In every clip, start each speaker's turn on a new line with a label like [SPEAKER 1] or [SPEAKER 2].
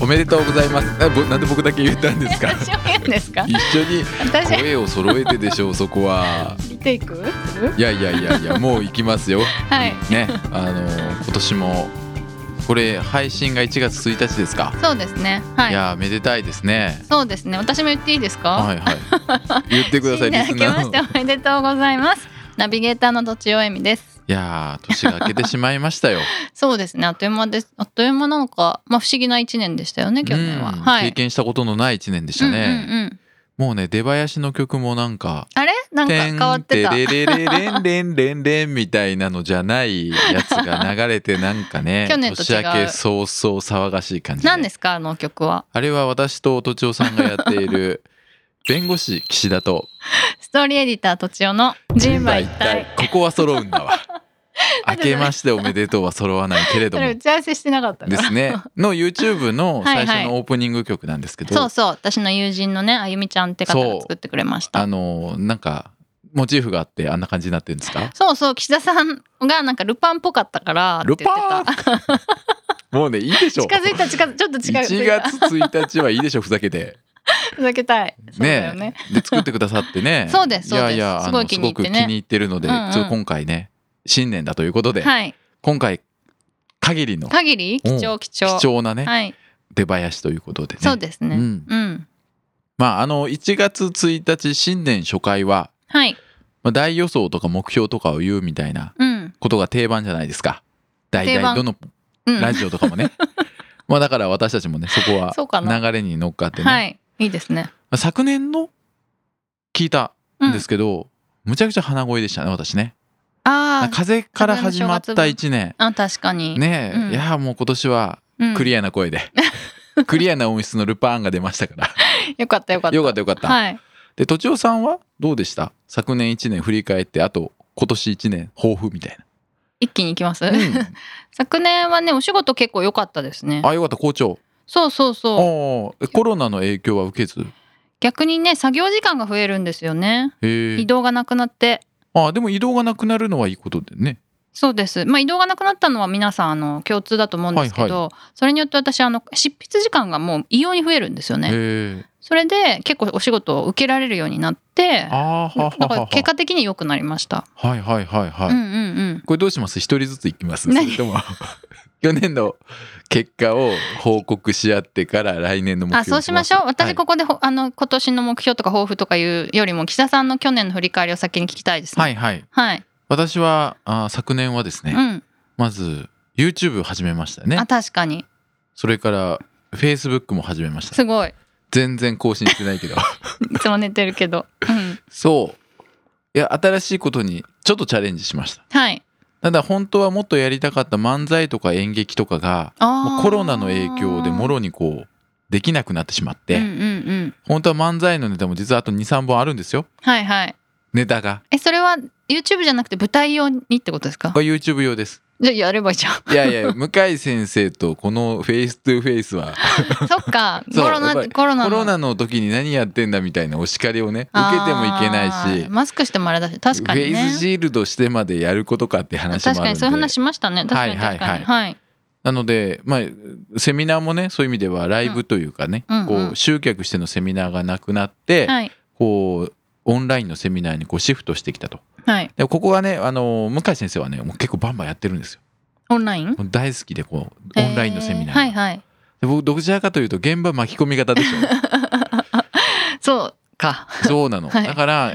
[SPEAKER 1] おめでとうございますあぼなんで僕だけ言ったんですか
[SPEAKER 2] 私も言うんですか
[SPEAKER 1] 一緒に
[SPEAKER 2] 私
[SPEAKER 1] 声を揃えてでしょうそこは
[SPEAKER 2] リテイクする
[SPEAKER 1] いやいやいやいやもう行きますよ
[SPEAKER 2] はい
[SPEAKER 1] ねあの今年もこれ配信が1月1日ですか、、
[SPEAKER 2] そうですねはいい
[SPEAKER 1] やーめでたいですね
[SPEAKER 2] そうですね私も言っていいですか
[SPEAKER 1] はいはい言ってください
[SPEAKER 2] 新年明けま
[SPEAKER 1] の
[SPEAKER 2] しておめでとうございますナビゲーターのとちおえみです
[SPEAKER 1] いやー年が明けてしまいましたよ
[SPEAKER 2] そうですねあっという間ですあっという間なのかまあ不思議な一年でしたよね 去年は
[SPEAKER 1] うん
[SPEAKER 2] はい
[SPEAKER 1] 経験したことのない1年でしたね、
[SPEAKER 2] うんうんうん
[SPEAKER 1] もうね出囃子の曲もなんか
[SPEAKER 2] あれなんか変わってた
[SPEAKER 1] てんてれれれんれんれんれんみたいなのじゃないやつが流れてなんかね
[SPEAKER 2] 去年と違う
[SPEAKER 1] 年明け早々騒がしい感じ
[SPEAKER 2] 何ですかあの曲は
[SPEAKER 1] あれは私ととちおさんがやっている弁護士岸田と
[SPEAKER 2] ストーリーエディターとちおの人馬一体
[SPEAKER 1] ここは揃うんだわ明けましておめでとうは揃わないけれど
[SPEAKER 2] そ
[SPEAKER 1] も
[SPEAKER 2] れ打ち合わせしてなかったか
[SPEAKER 1] で
[SPEAKER 2] ら
[SPEAKER 1] すねの YouTube の
[SPEAKER 2] はい
[SPEAKER 1] 最
[SPEAKER 2] はい
[SPEAKER 1] 初のオープニング曲なんですけど、
[SPEAKER 2] そうそう私の友人のねあゆみちゃんって方
[SPEAKER 1] そう
[SPEAKER 2] が作ってくれました
[SPEAKER 1] あのなんかモチーフがあってあんな感じになってるんですか
[SPEAKER 2] そうそう岸田さんがなんかルパンっぽかったからって言ってた
[SPEAKER 1] ルもうねいいでしょ
[SPEAKER 2] 近づいた近づちょっと近づ
[SPEAKER 1] 1
[SPEAKER 2] いた
[SPEAKER 1] 月1日はいいでしょふざけ て
[SPEAKER 2] ふざけたいそうだよね
[SPEAKER 1] ねで作ってくださってね
[SPEAKER 2] そうですそうです
[SPEAKER 1] いやいやあ
[SPEAKER 2] すご
[SPEAKER 1] の
[SPEAKER 2] い気
[SPEAKER 1] す
[SPEAKER 2] に入
[SPEAKER 1] ご
[SPEAKER 2] っ
[SPEAKER 1] く
[SPEAKER 2] て
[SPEAKER 1] 気
[SPEAKER 2] ね
[SPEAKER 1] に入ってるので、
[SPEAKER 2] うんうん
[SPEAKER 1] ちょっと今回ね新年だということで、
[SPEAKER 2] はい
[SPEAKER 1] 今回限りの
[SPEAKER 2] 限り貴
[SPEAKER 1] う
[SPEAKER 2] 重
[SPEAKER 1] ん
[SPEAKER 2] 貴重
[SPEAKER 1] 貴重なね、
[SPEAKER 2] はい
[SPEAKER 1] 出囃子ということでね
[SPEAKER 2] そうですね
[SPEAKER 1] う
[SPEAKER 2] うんん、
[SPEAKER 1] まああの1月1日新年初回は、
[SPEAKER 2] はい
[SPEAKER 1] まあ、大予想とか目標とかを言うみたいな
[SPEAKER 2] うん
[SPEAKER 1] ことが定番じゃないですか大
[SPEAKER 2] 定
[SPEAKER 1] 体
[SPEAKER 2] 番
[SPEAKER 1] どの
[SPEAKER 2] うん
[SPEAKER 1] ラジオとかも ねまあだから私たちもねそこは
[SPEAKER 2] そうかな
[SPEAKER 1] 流れに乗っかってね、
[SPEAKER 2] はいいいですね
[SPEAKER 1] まあ昨年の聞いた
[SPEAKER 2] うんん
[SPEAKER 1] ですけど、むちゃくちゃ鼻声でしたね私ね
[SPEAKER 2] あー
[SPEAKER 1] 風邪から始まった1年
[SPEAKER 2] あ確かに
[SPEAKER 1] ねえ、
[SPEAKER 2] うん
[SPEAKER 1] いやもう今年はクリアな 声で、クリアな音質のルパーンが出ましたから
[SPEAKER 2] アよかったよかった
[SPEAKER 1] よかったよかった。
[SPEAKER 2] はい
[SPEAKER 1] で、とちおさんはどうでした昨年1年振り返って、あと今年1年抱負みたい
[SPEAKER 2] 一気に行きます
[SPEAKER 1] な。
[SPEAKER 2] 昨年はねお仕事結構良かったですね
[SPEAKER 1] あ、よかった、校長。
[SPEAKER 2] そうそう
[SPEAKER 1] あ
[SPEAKER 2] そう
[SPEAKER 1] ーえコロナの影響は受けず。
[SPEAKER 2] 逆にね作業時間が増えるんですよね
[SPEAKER 1] へ
[SPEAKER 2] 移
[SPEAKER 1] え。
[SPEAKER 2] 動がなくなって
[SPEAKER 1] あー、でも移動がなくなるのはいいことでね。
[SPEAKER 2] そうです、まあ、移動がなくなったのは皆さんあの共通だと思うんですけど、
[SPEAKER 1] はい
[SPEAKER 2] それによって私あの執筆時間がもう異様に増えるんですよね。
[SPEAKER 1] へえ。
[SPEAKER 2] それで結構お仕事を受けられるようになって
[SPEAKER 1] あーはは
[SPEAKER 2] だか
[SPEAKER 1] は
[SPEAKER 2] ら
[SPEAKER 1] は。
[SPEAKER 2] 結果的に良くなりました。
[SPEAKER 1] はいはいはいはい。
[SPEAKER 2] うんうんうん
[SPEAKER 1] これどうします一人ずついきますそ
[SPEAKER 2] 何
[SPEAKER 1] れとも 去年の結果を報告し合ってから来年の目標
[SPEAKER 2] あそうしましょう
[SPEAKER 1] は
[SPEAKER 2] 私
[SPEAKER 1] い
[SPEAKER 2] ここでほ、あの今年の目標とか抱負とかいうよりも岸田さんの去年の振り返りを先に聞きたいですね。
[SPEAKER 1] はいはい
[SPEAKER 2] はい、
[SPEAKER 1] 私はあー昨年はですね、
[SPEAKER 2] うん、
[SPEAKER 1] まず YouTube 始めましたね
[SPEAKER 2] あ確かに
[SPEAKER 1] それから Facebook も始めました
[SPEAKER 2] すごい
[SPEAKER 1] 全然更新してないけど
[SPEAKER 2] いつも寝てるけど、うん、
[SPEAKER 1] そういや新しいことにちょっとチャレンジしました
[SPEAKER 2] はい
[SPEAKER 1] ただ本当はもっとやりたかった漫才とか演劇とかがも
[SPEAKER 2] あ
[SPEAKER 1] う
[SPEAKER 2] ー
[SPEAKER 1] コロナの影響でもろにこうできなくなってしまって、
[SPEAKER 2] うんうんうん
[SPEAKER 1] 本当は漫才のネタも実はあと23本あるんですよ
[SPEAKER 2] はいはい
[SPEAKER 1] ネタが
[SPEAKER 2] えそれは YouTube じゃなくて舞台用にってことですか
[SPEAKER 1] これ YouTube 用です
[SPEAKER 2] じゃあやれば いいじゃん
[SPEAKER 1] いやい や向井先生とこのフェイストゥフェイスは
[SPEAKER 2] そっか
[SPEAKER 1] そう
[SPEAKER 2] コロ
[SPEAKER 1] やっぱ
[SPEAKER 2] ナ
[SPEAKER 1] り
[SPEAKER 2] コロナ
[SPEAKER 1] コ
[SPEAKER 2] の
[SPEAKER 1] ロナの時に何やってんだみたいなお叱りをね受けてもいけない
[SPEAKER 2] あ
[SPEAKER 1] し
[SPEAKER 2] ーマスクしてもあれだし確かに
[SPEAKER 1] フェイ
[SPEAKER 2] ね
[SPEAKER 1] スシールドしてまでやることかって話もあるん
[SPEAKER 2] 確
[SPEAKER 1] で
[SPEAKER 2] かにそういう話しましたね確かに
[SPEAKER 1] はい
[SPEAKER 2] 確
[SPEAKER 1] は
[SPEAKER 2] か
[SPEAKER 1] い
[SPEAKER 2] にはい
[SPEAKER 1] なので、まあ、セミナーもねそういう意味ではライブというかね、
[SPEAKER 2] うんうんうん
[SPEAKER 1] こう集客してのセミナーがなくなって、
[SPEAKER 2] はい
[SPEAKER 1] こうオンラインのセミナーにこうシフトしてきたと
[SPEAKER 2] はい
[SPEAKER 1] でここはねあの向井先生はねもう結構バンバンやってるんですよ
[SPEAKER 2] オンライン
[SPEAKER 1] もう大好きでこうオンラインのセミナー、
[SPEAKER 2] えはいはい
[SPEAKER 1] で僕どちらかというと現場巻き込み型でし
[SPEAKER 2] そうか
[SPEAKER 1] ょそうなの、
[SPEAKER 2] はい
[SPEAKER 1] だから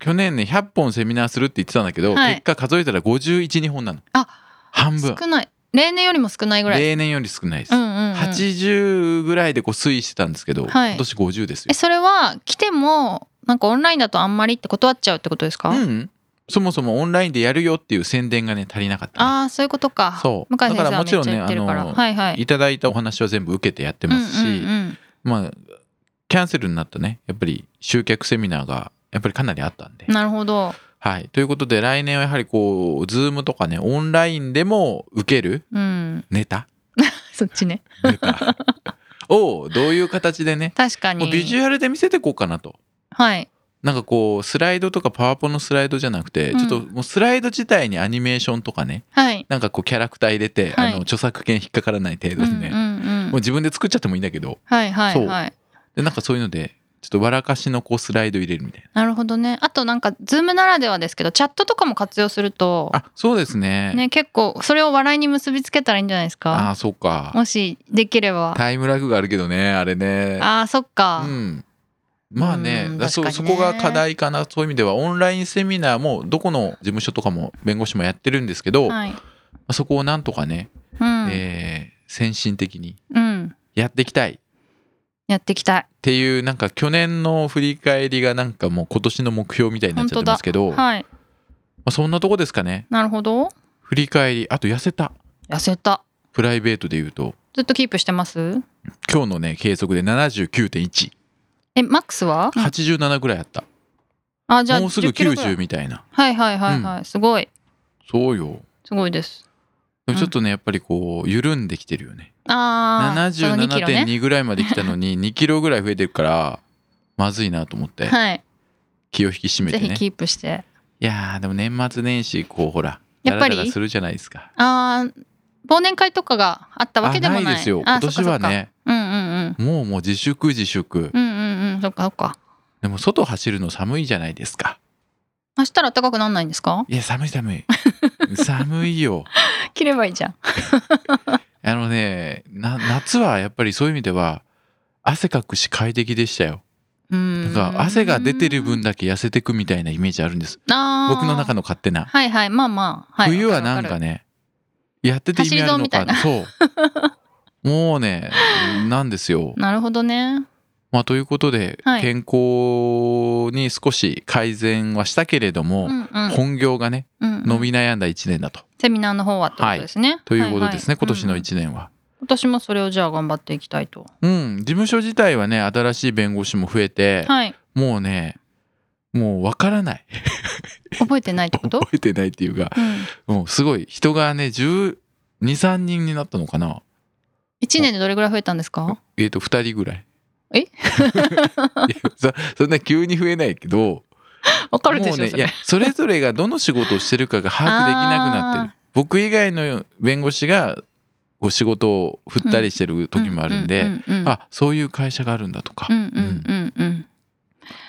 [SPEAKER 1] 去年ね100本セミナーするって言ってたんだけど、
[SPEAKER 2] はい
[SPEAKER 1] 結果数えたら512本なの
[SPEAKER 2] あ
[SPEAKER 1] 半分
[SPEAKER 2] 少ない例年よりも少ないぐらい
[SPEAKER 1] 例年より少ないです、
[SPEAKER 2] うんうんうん
[SPEAKER 1] 80ぐらいでこう推移してたんですけど、
[SPEAKER 2] はい
[SPEAKER 1] 今年50ですよ
[SPEAKER 2] えそれは来てもなんかオンラインだとあんまりって断っちゃうってことですか、
[SPEAKER 1] うん、そもそもオンラインでやるよっていう宣伝がね足りなかったね、
[SPEAKER 2] ああそういうことか
[SPEAKER 1] そう
[SPEAKER 2] 向井先生
[SPEAKER 1] だから
[SPEAKER 2] は
[SPEAKER 1] も
[SPEAKER 2] めっ
[SPEAKER 1] ち
[SPEAKER 2] ち
[SPEAKER 1] ろ
[SPEAKER 2] ゃ
[SPEAKER 1] んね
[SPEAKER 2] 言ってるから
[SPEAKER 1] あの
[SPEAKER 2] はいはい
[SPEAKER 1] いただいたお話は全部受けてやってますし、
[SPEAKER 2] うんうんうん
[SPEAKER 1] まあキャンセルになったねやっぱり集客セミナーがやっぱりかなりあったんで、
[SPEAKER 2] なるほど。
[SPEAKER 1] はい、ということで来年はやはりこう Zoom とかねオンラインでも受ける
[SPEAKER 2] うん。
[SPEAKER 1] ネタ
[SPEAKER 2] そっちね。
[SPEAKER 1] ネ タをどういう形でね
[SPEAKER 2] 確か
[SPEAKER 1] も
[SPEAKER 2] に。
[SPEAKER 1] うビジュアルで見せていこうかなと。
[SPEAKER 2] はい。
[SPEAKER 1] なんかこうスライドとかパワポのスライドじゃなくて、
[SPEAKER 2] うん
[SPEAKER 1] ちょっともうスライド自体にアニメーションとかね
[SPEAKER 2] はい。
[SPEAKER 1] なんかこうキャラクター入れて、
[SPEAKER 2] は
[SPEAKER 1] あ
[SPEAKER 2] い
[SPEAKER 1] の著作権引っかからない程度
[SPEAKER 2] うんう
[SPEAKER 1] に
[SPEAKER 2] ん
[SPEAKER 1] ね、
[SPEAKER 2] うん
[SPEAKER 1] もう。自分で作っちゃってもいいんだけど
[SPEAKER 2] はいは
[SPEAKER 1] そ
[SPEAKER 2] いうはい。
[SPEAKER 1] でなんかそういうのでちょっと笑かしのこうスライド入れるみたい
[SPEAKER 2] なるほどね。あとなんか、ズームならではですけど、チャットとかも活用すると
[SPEAKER 1] な、あそうですね
[SPEAKER 2] ね、結構、それを笑いに結びつけたらいいんじゃないです
[SPEAKER 1] あ
[SPEAKER 2] か。
[SPEAKER 1] あそうか
[SPEAKER 2] もし、できれば。
[SPEAKER 1] タイムラグがあるけどねあれね
[SPEAKER 2] ああ、そっか
[SPEAKER 1] う。んまあね,、
[SPEAKER 2] うん
[SPEAKER 1] だそう
[SPEAKER 2] 確か
[SPEAKER 1] そ
[SPEAKER 2] にね
[SPEAKER 1] こが課題かなそういう意味ではオンラインセミナーもどこの事務所とかも弁護士もやってるんですけど、ま
[SPEAKER 2] はい。
[SPEAKER 1] あそこをなんとかね、
[SPEAKER 2] うん。
[SPEAKER 1] えー先進的に
[SPEAKER 2] うん。
[SPEAKER 1] やっていきたい
[SPEAKER 2] やっていきたい。
[SPEAKER 1] っていうなんか去年の振り返りがなんかもう今年の目標みたいになっちゃってますけど、ま
[SPEAKER 2] はい。
[SPEAKER 1] あ、そんなとこですかね
[SPEAKER 2] なるほど。
[SPEAKER 1] 振り返りあと痩せた
[SPEAKER 2] 痩せた。
[SPEAKER 1] プライベートで言うと
[SPEAKER 2] ずっとキープしてます
[SPEAKER 1] 今日のね計測で79.187
[SPEAKER 2] え、マックスは、
[SPEAKER 1] ぐらいあった、
[SPEAKER 2] あ、じゃあ、
[SPEAKER 1] もうすぐ
[SPEAKER 2] 10キロぐらい
[SPEAKER 1] 90みたいな
[SPEAKER 2] はいはいはいはい。すごい。
[SPEAKER 1] そうよ
[SPEAKER 2] すごいです。
[SPEAKER 1] でもちょっとねやっぱりこう緩んできてるよね
[SPEAKER 2] ああ、その2キロね。
[SPEAKER 1] 77.2ぐらいまで来たの に2キロぐらい増えてるからまずいなと思って
[SPEAKER 2] はい。
[SPEAKER 1] 気を引き締め
[SPEAKER 2] ぜ
[SPEAKER 1] て
[SPEAKER 2] ひ
[SPEAKER 1] ね
[SPEAKER 2] キープして。
[SPEAKER 1] いやーでも年末年始こうほら
[SPEAKER 2] やっぱり
[SPEAKER 1] ダラダラするじゃないですか
[SPEAKER 2] ああ、忘年会とかがあったわけでもない。
[SPEAKER 1] あないですよ今
[SPEAKER 2] あ
[SPEAKER 1] 年は。ね
[SPEAKER 2] そっかそっかうんうんうん。
[SPEAKER 1] もうもう自粛自粛
[SPEAKER 2] うんうんうん。そっかそっか。
[SPEAKER 1] でも外走るの寒いじゃないですか
[SPEAKER 2] 明日ら暖かくなんないんですか
[SPEAKER 1] いや寒い寒 い寒いよ
[SPEAKER 2] 切ればいいじゃん。
[SPEAKER 1] あのねな夏はやっぱりそういう意味では汗かくし快適でしたよ
[SPEAKER 2] うん。
[SPEAKER 1] なんか汗が出てる分だけ痩せてくみたいなイメージあるんです僕の中
[SPEAKER 2] の。
[SPEAKER 1] の勝手な
[SPEAKER 2] はいはい。まあまあ。い
[SPEAKER 1] 冬はなんか。ねやってて意味あるのかなそう もうねなんですよ、
[SPEAKER 2] なるほどね。
[SPEAKER 1] まあ、ということで、
[SPEAKER 2] はい
[SPEAKER 1] 健康に少し改善はしたけれども、
[SPEAKER 2] うんうん
[SPEAKER 1] 本業がね
[SPEAKER 2] うんうん。
[SPEAKER 1] 伸び悩んだ1年だと、
[SPEAKER 2] セミナーの方はってことですね。
[SPEAKER 1] ということですね、今
[SPEAKER 2] はいはい
[SPEAKER 1] 年の
[SPEAKER 2] うん
[SPEAKER 1] 1年は。
[SPEAKER 2] 今年もそれをじゃあ頑張っていきたいと。
[SPEAKER 1] うん、事務所自体はね新しい弁護士も増えて、
[SPEAKER 2] はい。
[SPEAKER 1] もうねもうわからない
[SPEAKER 2] 覚えてないってこ
[SPEAKER 1] 覚
[SPEAKER 2] と
[SPEAKER 1] えてないっていうか
[SPEAKER 2] うん。
[SPEAKER 1] もうすごい人がね123人になったのかな
[SPEAKER 2] 1年でどれぐらい増えたんですか
[SPEAKER 1] えっ、と2人ぐらい。
[SPEAKER 2] え
[SPEAKER 1] いやそそんな急に増えないけど
[SPEAKER 2] わかるでし
[SPEAKER 1] も
[SPEAKER 2] ょ、
[SPEAKER 1] うね
[SPEAKER 2] そ
[SPEAKER 1] いや
[SPEAKER 2] れ。
[SPEAKER 1] それぞれがどの仕事をしてるかが把握できなくなってる僕以外の弁護士がこう仕事を振ったりしてる時もあるんで、
[SPEAKER 2] うんうんうんうん、
[SPEAKER 1] あそういう会社があるんだとか、
[SPEAKER 2] うんうんうんうん。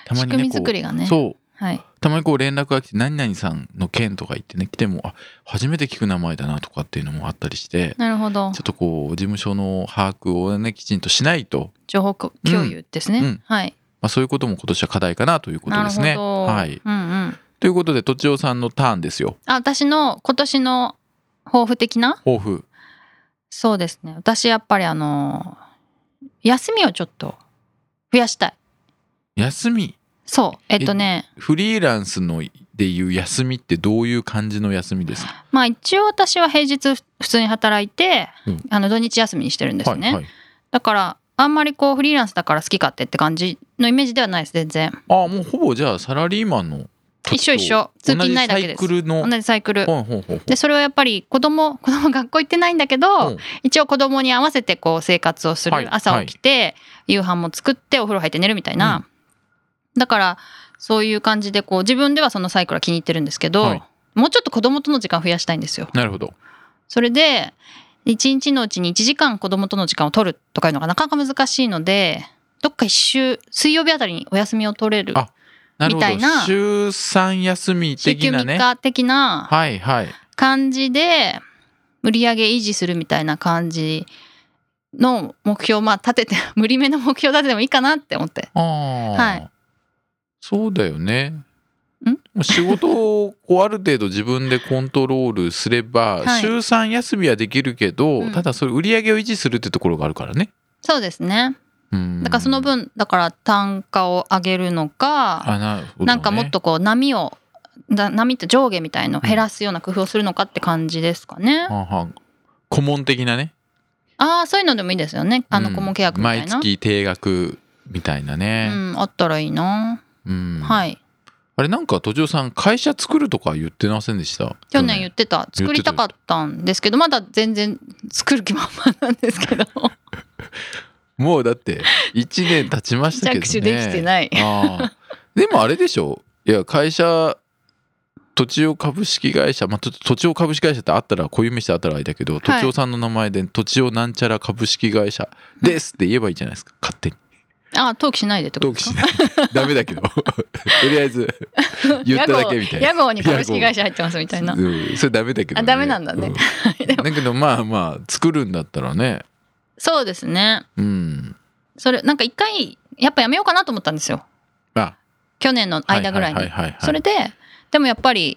[SPEAKER 1] たま
[SPEAKER 2] 仕
[SPEAKER 1] に
[SPEAKER 2] 組
[SPEAKER 1] ね
[SPEAKER 2] み
[SPEAKER 1] こ
[SPEAKER 2] 作りが
[SPEAKER 1] う
[SPEAKER 2] ね。
[SPEAKER 1] そう
[SPEAKER 2] はい。
[SPEAKER 1] たまにこう連絡が来て「何々さんの件」とか言ってね来ても「あ初めて聞く名前だな」とかっていうのもあったりして
[SPEAKER 2] なるほど
[SPEAKER 1] ちょ。っとこう事務所の把握をねきちんとしないと、
[SPEAKER 2] 情報共有ですね。
[SPEAKER 1] うんうん
[SPEAKER 2] はい。
[SPEAKER 1] まあ、そういうことも今年は課題かなということで
[SPEAKER 2] なる
[SPEAKER 1] す
[SPEAKER 2] ほ
[SPEAKER 1] ね。
[SPEAKER 2] ど。
[SPEAKER 1] はい、
[SPEAKER 2] うんうん。
[SPEAKER 1] ということでとちおさんのターンですよ
[SPEAKER 2] あ、私の今年の抱負的な
[SPEAKER 1] 抱負。
[SPEAKER 2] そうですね。私やっぱりあの休みをちょっと増やしたい。
[SPEAKER 1] 休み
[SPEAKER 2] そう。えっとね、
[SPEAKER 1] フリーランスのでいう休みってどういう感じの休みですか、
[SPEAKER 2] まあ一応私は平日ふ普通に働いて、
[SPEAKER 1] うん
[SPEAKER 2] あの土日休みにしてるんですね。
[SPEAKER 1] はいはい
[SPEAKER 2] だからあんまりこうフリーランスだから好き勝手って感じのイメージではないです全然
[SPEAKER 1] ああもうほぼじゃあサラリーマンの
[SPEAKER 2] 一緒一緒通勤ないだけで
[SPEAKER 1] 同じ
[SPEAKER 2] す
[SPEAKER 1] サイクルの
[SPEAKER 2] 同じサイクル
[SPEAKER 1] ほんほんほんほん
[SPEAKER 2] でそれはやっぱり子供 子供学校行ってないんだけど、
[SPEAKER 1] うん
[SPEAKER 2] 一応子供に合わせてこう生活をする、
[SPEAKER 1] はい
[SPEAKER 2] 朝起きて、夕飯も作ってお風呂入って寝るみたいな、だからそういう感じでこう自分ではそのサイクルは気に入ってるんですけど、
[SPEAKER 1] はい
[SPEAKER 2] もうちょっと子供との時間増やしたいんですよ
[SPEAKER 1] なるほど
[SPEAKER 2] それで一日のうちに1時間子供との時間を取るとかいうのがなかなか難しいのでどっか一周水曜日あたりにお休みを取れる
[SPEAKER 1] あなるほど
[SPEAKER 2] みたいな
[SPEAKER 1] 週3休み
[SPEAKER 2] 週
[SPEAKER 1] 的
[SPEAKER 2] 休
[SPEAKER 1] な
[SPEAKER 2] 3
[SPEAKER 1] ね
[SPEAKER 2] 日的な
[SPEAKER 1] はいはい
[SPEAKER 2] 感じで売り上げ維持するみたいな感じの目標まあ立て て無理めの目標立ててもいいかなって思って
[SPEAKER 1] ああ、
[SPEAKER 2] はい
[SPEAKER 1] そうだよねもう仕事をこうある程度 自分でコントロールすれば、
[SPEAKER 2] はい
[SPEAKER 1] 週3休みはできるけど、
[SPEAKER 2] うん
[SPEAKER 1] ただそれ売り上げを維持するってところがあるからね
[SPEAKER 2] そうですね
[SPEAKER 1] うん
[SPEAKER 2] だからその分だから単価を上げるのか
[SPEAKER 1] あなるほどね
[SPEAKER 2] なんかもっとこう波をだ波って上下みたいのを減らすような工夫をするのかって感じですか
[SPEAKER 1] は
[SPEAKER 2] ね。
[SPEAKER 1] んはん顧問的なね
[SPEAKER 2] ああそういうのでもいいですよねあの
[SPEAKER 1] うん
[SPEAKER 2] 顧問契約みたいな、
[SPEAKER 1] 毎月定額みたいな
[SPEAKER 2] う
[SPEAKER 1] ね、
[SPEAKER 2] ん、あったらいいな。
[SPEAKER 1] うん
[SPEAKER 2] はい。
[SPEAKER 1] あれなんか途中さん会社作るとか言ってませんでした
[SPEAKER 2] 去年言ってた。
[SPEAKER 1] 言ってた
[SPEAKER 2] 作りたかったんですけど、まだ全然作る気満々なんですけど、
[SPEAKER 1] もうだって1年経ちましたけど
[SPEAKER 2] 着
[SPEAKER 1] ね
[SPEAKER 2] 手できてない。
[SPEAKER 1] ああでもあれでしょいや会社土地を株式会社まあちょっと土地を株式会社ってあったら固有名詞あったらあれだけど土地をさんの名前で土地をなんちゃら株式会社ですって言えばいいじゃないですか勝手に
[SPEAKER 2] あ、登記しないでってこと
[SPEAKER 1] 登
[SPEAKER 2] で
[SPEAKER 1] 記
[SPEAKER 2] す
[SPEAKER 1] し
[SPEAKER 2] か
[SPEAKER 1] ないダメだ けどとりあえず言っただけみたいな
[SPEAKER 2] 屋号屋号に株式会社入ってますみたいな。
[SPEAKER 1] うんそれダメだけど、
[SPEAKER 2] あダメなんだね
[SPEAKER 1] う だけどまあまあ作るんだったらね
[SPEAKER 2] そうですね。
[SPEAKER 1] うん
[SPEAKER 2] それ、なんか一回、やっぱやめようかなと思ったんですよ。
[SPEAKER 1] あ
[SPEAKER 2] 去年の間ぐらい
[SPEAKER 1] は
[SPEAKER 2] に
[SPEAKER 1] い。はいはいはいはい
[SPEAKER 2] それで、でもやっぱり、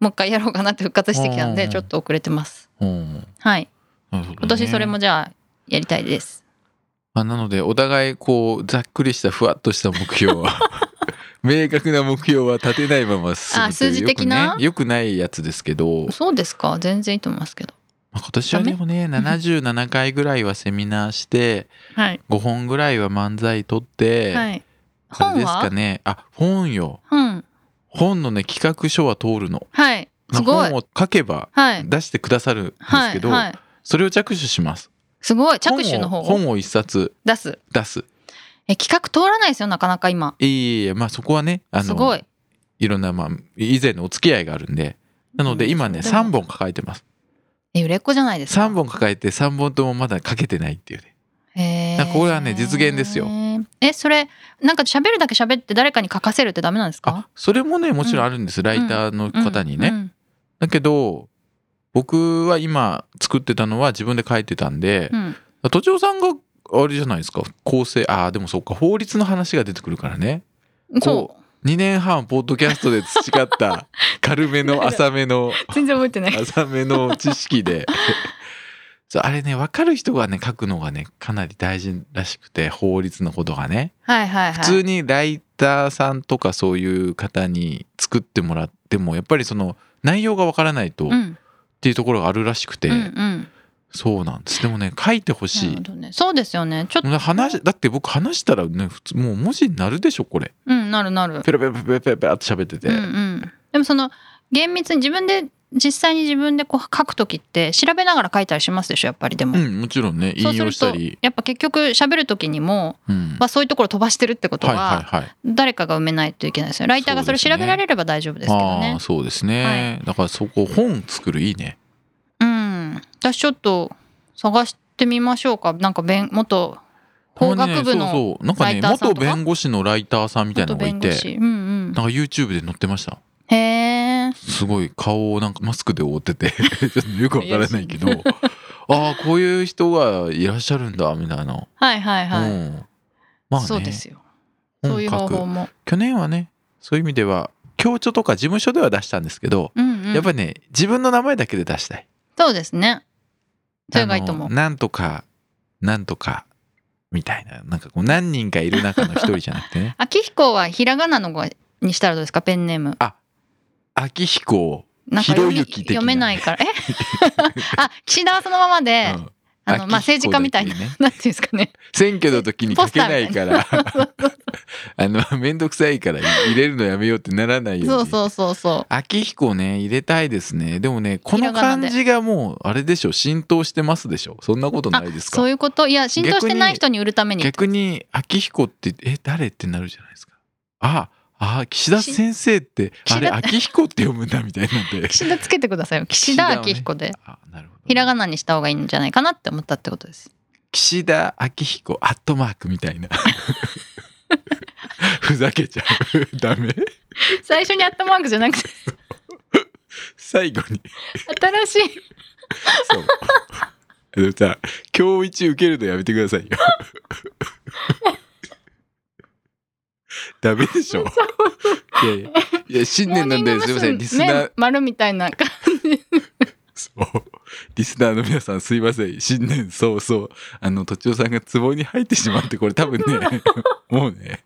[SPEAKER 2] もう一回やろうかなって復活してきたん
[SPEAKER 1] う
[SPEAKER 2] で、
[SPEAKER 1] ん
[SPEAKER 2] ちょっと遅れてます。
[SPEAKER 1] うん
[SPEAKER 2] はい。
[SPEAKER 1] なるほどね
[SPEAKER 2] 今年それもじゃあ、やりたいです。
[SPEAKER 1] まあ、なのでお互いこうざっくりしたふわっとした目標 は明確な目標は立てないまま進む
[SPEAKER 2] あ数字的な
[SPEAKER 1] よく,、ね、よくないやつですけど、ま
[SPEAKER 2] そうですか全然いいと思いますけど。
[SPEAKER 1] あ、今年はでもね77回ぐらいはセミナーして
[SPEAKER 2] はい。
[SPEAKER 1] 5本ぐらいは漫才撮って、あ
[SPEAKER 2] はい。
[SPEAKER 1] れ
[SPEAKER 2] 本
[SPEAKER 1] ですか
[SPEAKER 2] は、
[SPEAKER 1] ねあ本よ
[SPEAKER 2] うん。
[SPEAKER 1] 本のね企画書は通るの、
[SPEAKER 2] はい。
[SPEAKER 1] ますあ
[SPEAKER 2] ごい
[SPEAKER 1] 本。を書けば
[SPEAKER 2] はい。
[SPEAKER 1] 出してくださるんです
[SPEAKER 2] は
[SPEAKER 1] け
[SPEAKER 2] い。
[SPEAKER 1] ど、
[SPEAKER 2] はい。
[SPEAKER 1] それを着手します
[SPEAKER 2] すごい。着手の方
[SPEAKER 1] 本を
[SPEAKER 2] を
[SPEAKER 1] 本を一冊
[SPEAKER 2] 出す。
[SPEAKER 1] 出す
[SPEAKER 2] え、企画通らないですよ、なかなか今。
[SPEAKER 1] いえいえいえまあそこはねあ
[SPEAKER 2] す
[SPEAKER 1] の
[SPEAKER 2] ごい。
[SPEAKER 1] いろんな、まあ、以前のお付き合いがあるんで。なので今ね、
[SPEAKER 2] そうでも
[SPEAKER 1] 3本抱えてます。
[SPEAKER 2] え売れっ子じゃないですか。
[SPEAKER 1] 3本抱えて3本ともまだかけてないっていうね。
[SPEAKER 2] へ
[SPEAKER 1] なん
[SPEAKER 2] ー
[SPEAKER 1] かこれはね実現ですよ。
[SPEAKER 2] え、それ、なんか喋るだけ喋って誰かに書かせるってダメなんです
[SPEAKER 1] あ
[SPEAKER 2] か、
[SPEAKER 1] それもね、もちろんあるんです。ライターの
[SPEAKER 2] うん
[SPEAKER 1] 方に
[SPEAKER 2] う
[SPEAKER 1] ね。
[SPEAKER 2] ん
[SPEAKER 1] だけど、僕は今作ってたのは自分で書いてたんで
[SPEAKER 2] う、ん
[SPEAKER 1] 都庁さんがあれじゃないですか。構成、ああ、でもそっか、法律の話が出てくるからね。
[SPEAKER 2] そ
[SPEAKER 1] こう、2年半、ポッドキャストで培 った軽めの浅めの
[SPEAKER 2] う。全然覚えてない。
[SPEAKER 1] 浅めの知識で そうあれね分かる人がね書くのがねかなり大事らしくて法律のことがね
[SPEAKER 2] はいはいはい。
[SPEAKER 1] 普通にライターさんとかそういう方に作ってもらってもやっぱりその内容が分からないとっ
[SPEAKER 2] うん。
[SPEAKER 1] ていうところがあるらしくて、
[SPEAKER 2] うんうん。
[SPEAKER 1] そうなんですでもね書いてほし
[SPEAKER 2] ないるほどね。そうですよね。ちょっと、
[SPEAKER 1] 話だって僕話したらね普通もう文字になるでしょこれ
[SPEAKER 2] うん、なるなる。
[SPEAKER 1] ペラペラペラペラペラペラって喋ってて、
[SPEAKER 2] うんうん。でもその、厳密に自分で、実際に自分でこう書くときって、調べながら書いたりしますでしょ、やっぱりでも。
[SPEAKER 1] うんもちろんね
[SPEAKER 2] そう
[SPEAKER 1] 引
[SPEAKER 2] す
[SPEAKER 1] 用
[SPEAKER 2] る
[SPEAKER 1] した
[SPEAKER 2] と
[SPEAKER 1] り、
[SPEAKER 2] やっぱ結局喋るときにも、
[SPEAKER 1] うん
[SPEAKER 2] まあ、そういうところ飛ばしてるってこと
[SPEAKER 1] はい
[SPEAKER 2] は
[SPEAKER 1] はいはい
[SPEAKER 2] 誰かが埋めないといけないですよね。ライターがそれ調べられれば大丈夫ですけど
[SPEAKER 1] あ
[SPEAKER 2] ね
[SPEAKER 1] あー。そうですね、だからそこ本作るいいね
[SPEAKER 2] うん。私ちょっと探してみましょうか。なんか弁元法
[SPEAKER 1] たまに
[SPEAKER 2] 学
[SPEAKER 1] ねそ
[SPEAKER 2] 部
[SPEAKER 1] う
[SPEAKER 2] の
[SPEAKER 1] そうなんかね
[SPEAKER 2] ライターさん
[SPEAKER 1] 元
[SPEAKER 2] とか
[SPEAKER 1] 弁護士のライターさんみたいな
[SPEAKER 2] 元
[SPEAKER 1] のがい
[SPEAKER 2] 弁護
[SPEAKER 1] て
[SPEAKER 2] 士。うん
[SPEAKER 1] なんか YouTube で載ってました
[SPEAKER 2] うん。へえ。
[SPEAKER 1] すごい顔をなんかマスクで覆ってて ちょっとよくわからないけどああこういう人がいらっしゃるんだみたいな、
[SPEAKER 2] はいはいはい。
[SPEAKER 1] うんまあね
[SPEAKER 2] そうですよ。
[SPEAKER 1] 本
[SPEAKER 2] そういう方法
[SPEAKER 1] 格
[SPEAKER 2] も。
[SPEAKER 1] 去年はねそういう意味では協調とか事務所では出したんですけど、
[SPEAKER 2] うんうん。
[SPEAKER 1] やっぱりね自分の名前だけで出したい
[SPEAKER 2] そうですね。それがいいと思
[SPEAKER 1] あ
[SPEAKER 2] う
[SPEAKER 1] の。なんとかなんとかみたいななんかこう何人かいる中の一人じゃなくて ね
[SPEAKER 2] 秋彦はひらがなの子にしたらどうですかペンネーム。
[SPEAKER 1] 秋彦、
[SPEAKER 2] なんか読み
[SPEAKER 1] ひろゆき的な
[SPEAKER 2] 読めないから。え あ岸田はそのままで、
[SPEAKER 1] うん
[SPEAKER 2] あのまあ
[SPEAKER 1] 秋彦
[SPEAKER 2] 政治家みたい
[SPEAKER 1] だ
[SPEAKER 2] な
[SPEAKER 1] け。ね
[SPEAKER 2] なんていうんですかね。
[SPEAKER 1] 選挙の時に書けないから あの面倒くさいから入れるのやめようってならないように
[SPEAKER 2] そうそうそうそう。
[SPEAKER 1] 秋彦ね入れたいですねでもねこ
[SPEAKER 2] ひ
[SPEAKER 1] の
[SPEAKER 2] らがな
[SPEAKER 1] 感
[SPEAKER 2] で
[SPEAKER 1] じがもうあれでしょ浸透してますでしょそんなことないです
[SPEAKER 2] そ
[SPEAKER 1] か
[SPEAKER 2] ういうこといや浸透してない人に売るために
[SPEAKER 1] 逆に秋彦ってえ誰ってなるじゃないですかあああ岸田先生って
[SPEAKER 2] 岸
[SPEAKER 1] あれ
[SPEAKER 2] 田
[SPEAKER 1] 秋彦って読むんだみたいになって
[SPEAKER 2] 岸田つけてくださいよ岸田明彦で、
[SPEAKER 1] あなるほど
[SPEAKER 2] ひらがなにした方がいいんじゃないかなって思ったってことです
[SPEAKER 1] 岸田明彦アットマークみたい なふざけちゃうダメ
[SPEAKER 2] 最初にアットマークじゃなくて
[SPEAKER 1] 最後に
[SPEAKER 2] 新しい
[SPEAKER 1] そうでもさ今日一受けるのやめてくださいよダメでしょいやいやいや 新年なんですいませんリスナー
[SPEAKER 2] ね丸みたいな
[SPEAKER 1] そう リスナーの皆さんすいません新年早々あのとちおさんが壺に入ってしまってこれ多 分ねもうね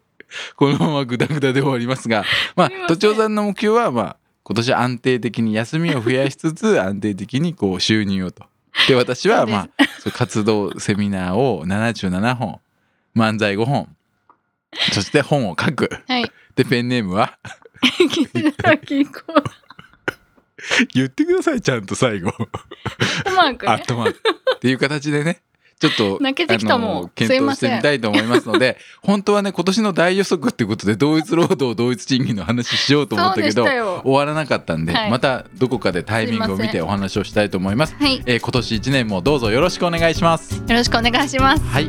[SPEAKER 1] このままグダグダで終わりますがまあ
[SPEAKER 2] すいませ
[SPEAKER 1] と
[SPEAKER 2] ん
[SPEAKER 1] ちおさんの目標はまあ今年安定的に休みを増やしつ つ安定的にこう収入をと。で私はまあそう活動セミナーを77本漫才5本そして本を書く。
[SPEAKER 2] はい。
[SPEAKER 1] で、ペンネームは
[SPEAKER 2] 岸田紀子。
[SPEAKER 1] 言ってください、ちゃんと最後。
[SPEAKER 2] マーク
[SPEAKER 1] ア
[SPEAKER 2] ね
[SPEAKER 1] ッ。トマーク。っていう形でね。ちょっと
[SPEAKER 2] 泣けてきた
[SPEAKER 1] あの
[SPEAKER 2] もう
[SPEAKER 1] 検討し
[SPEAKER 2] すいま
[SPEAKER 1] て
[SPEAKER 2] せん
[SPEAKER 1] みたいと思いますので本当はね今年の大予測ってことで同一労働同一賃金の話しようと思
[SPEAKER 2] そ
[SPEAKER 1] っ
[SPEAKER 2] う
[SPEAKER 1] た
[SPEAKER 2] で
[SPEAKER 1] け
[SPEAKER 2] し
[SPEAKER 1] ど
[SPEAKER 2] たよ。
[SPEAKER 1] 終わらなかったんで、
[SPEAKER 2] はい
[SPEAKER 1] またどこかでタイミングを見
[SPEAKER 2] すいませ
[SPEAKER 1] てお話をしたいと思います
[SPEAKER 2] はい。よ
[SPEAKER 1] えー今年1年もどうぞよろしくお願いします
[SPEAKER 2] ろしくお願いします。
[SPEAKER 1] はい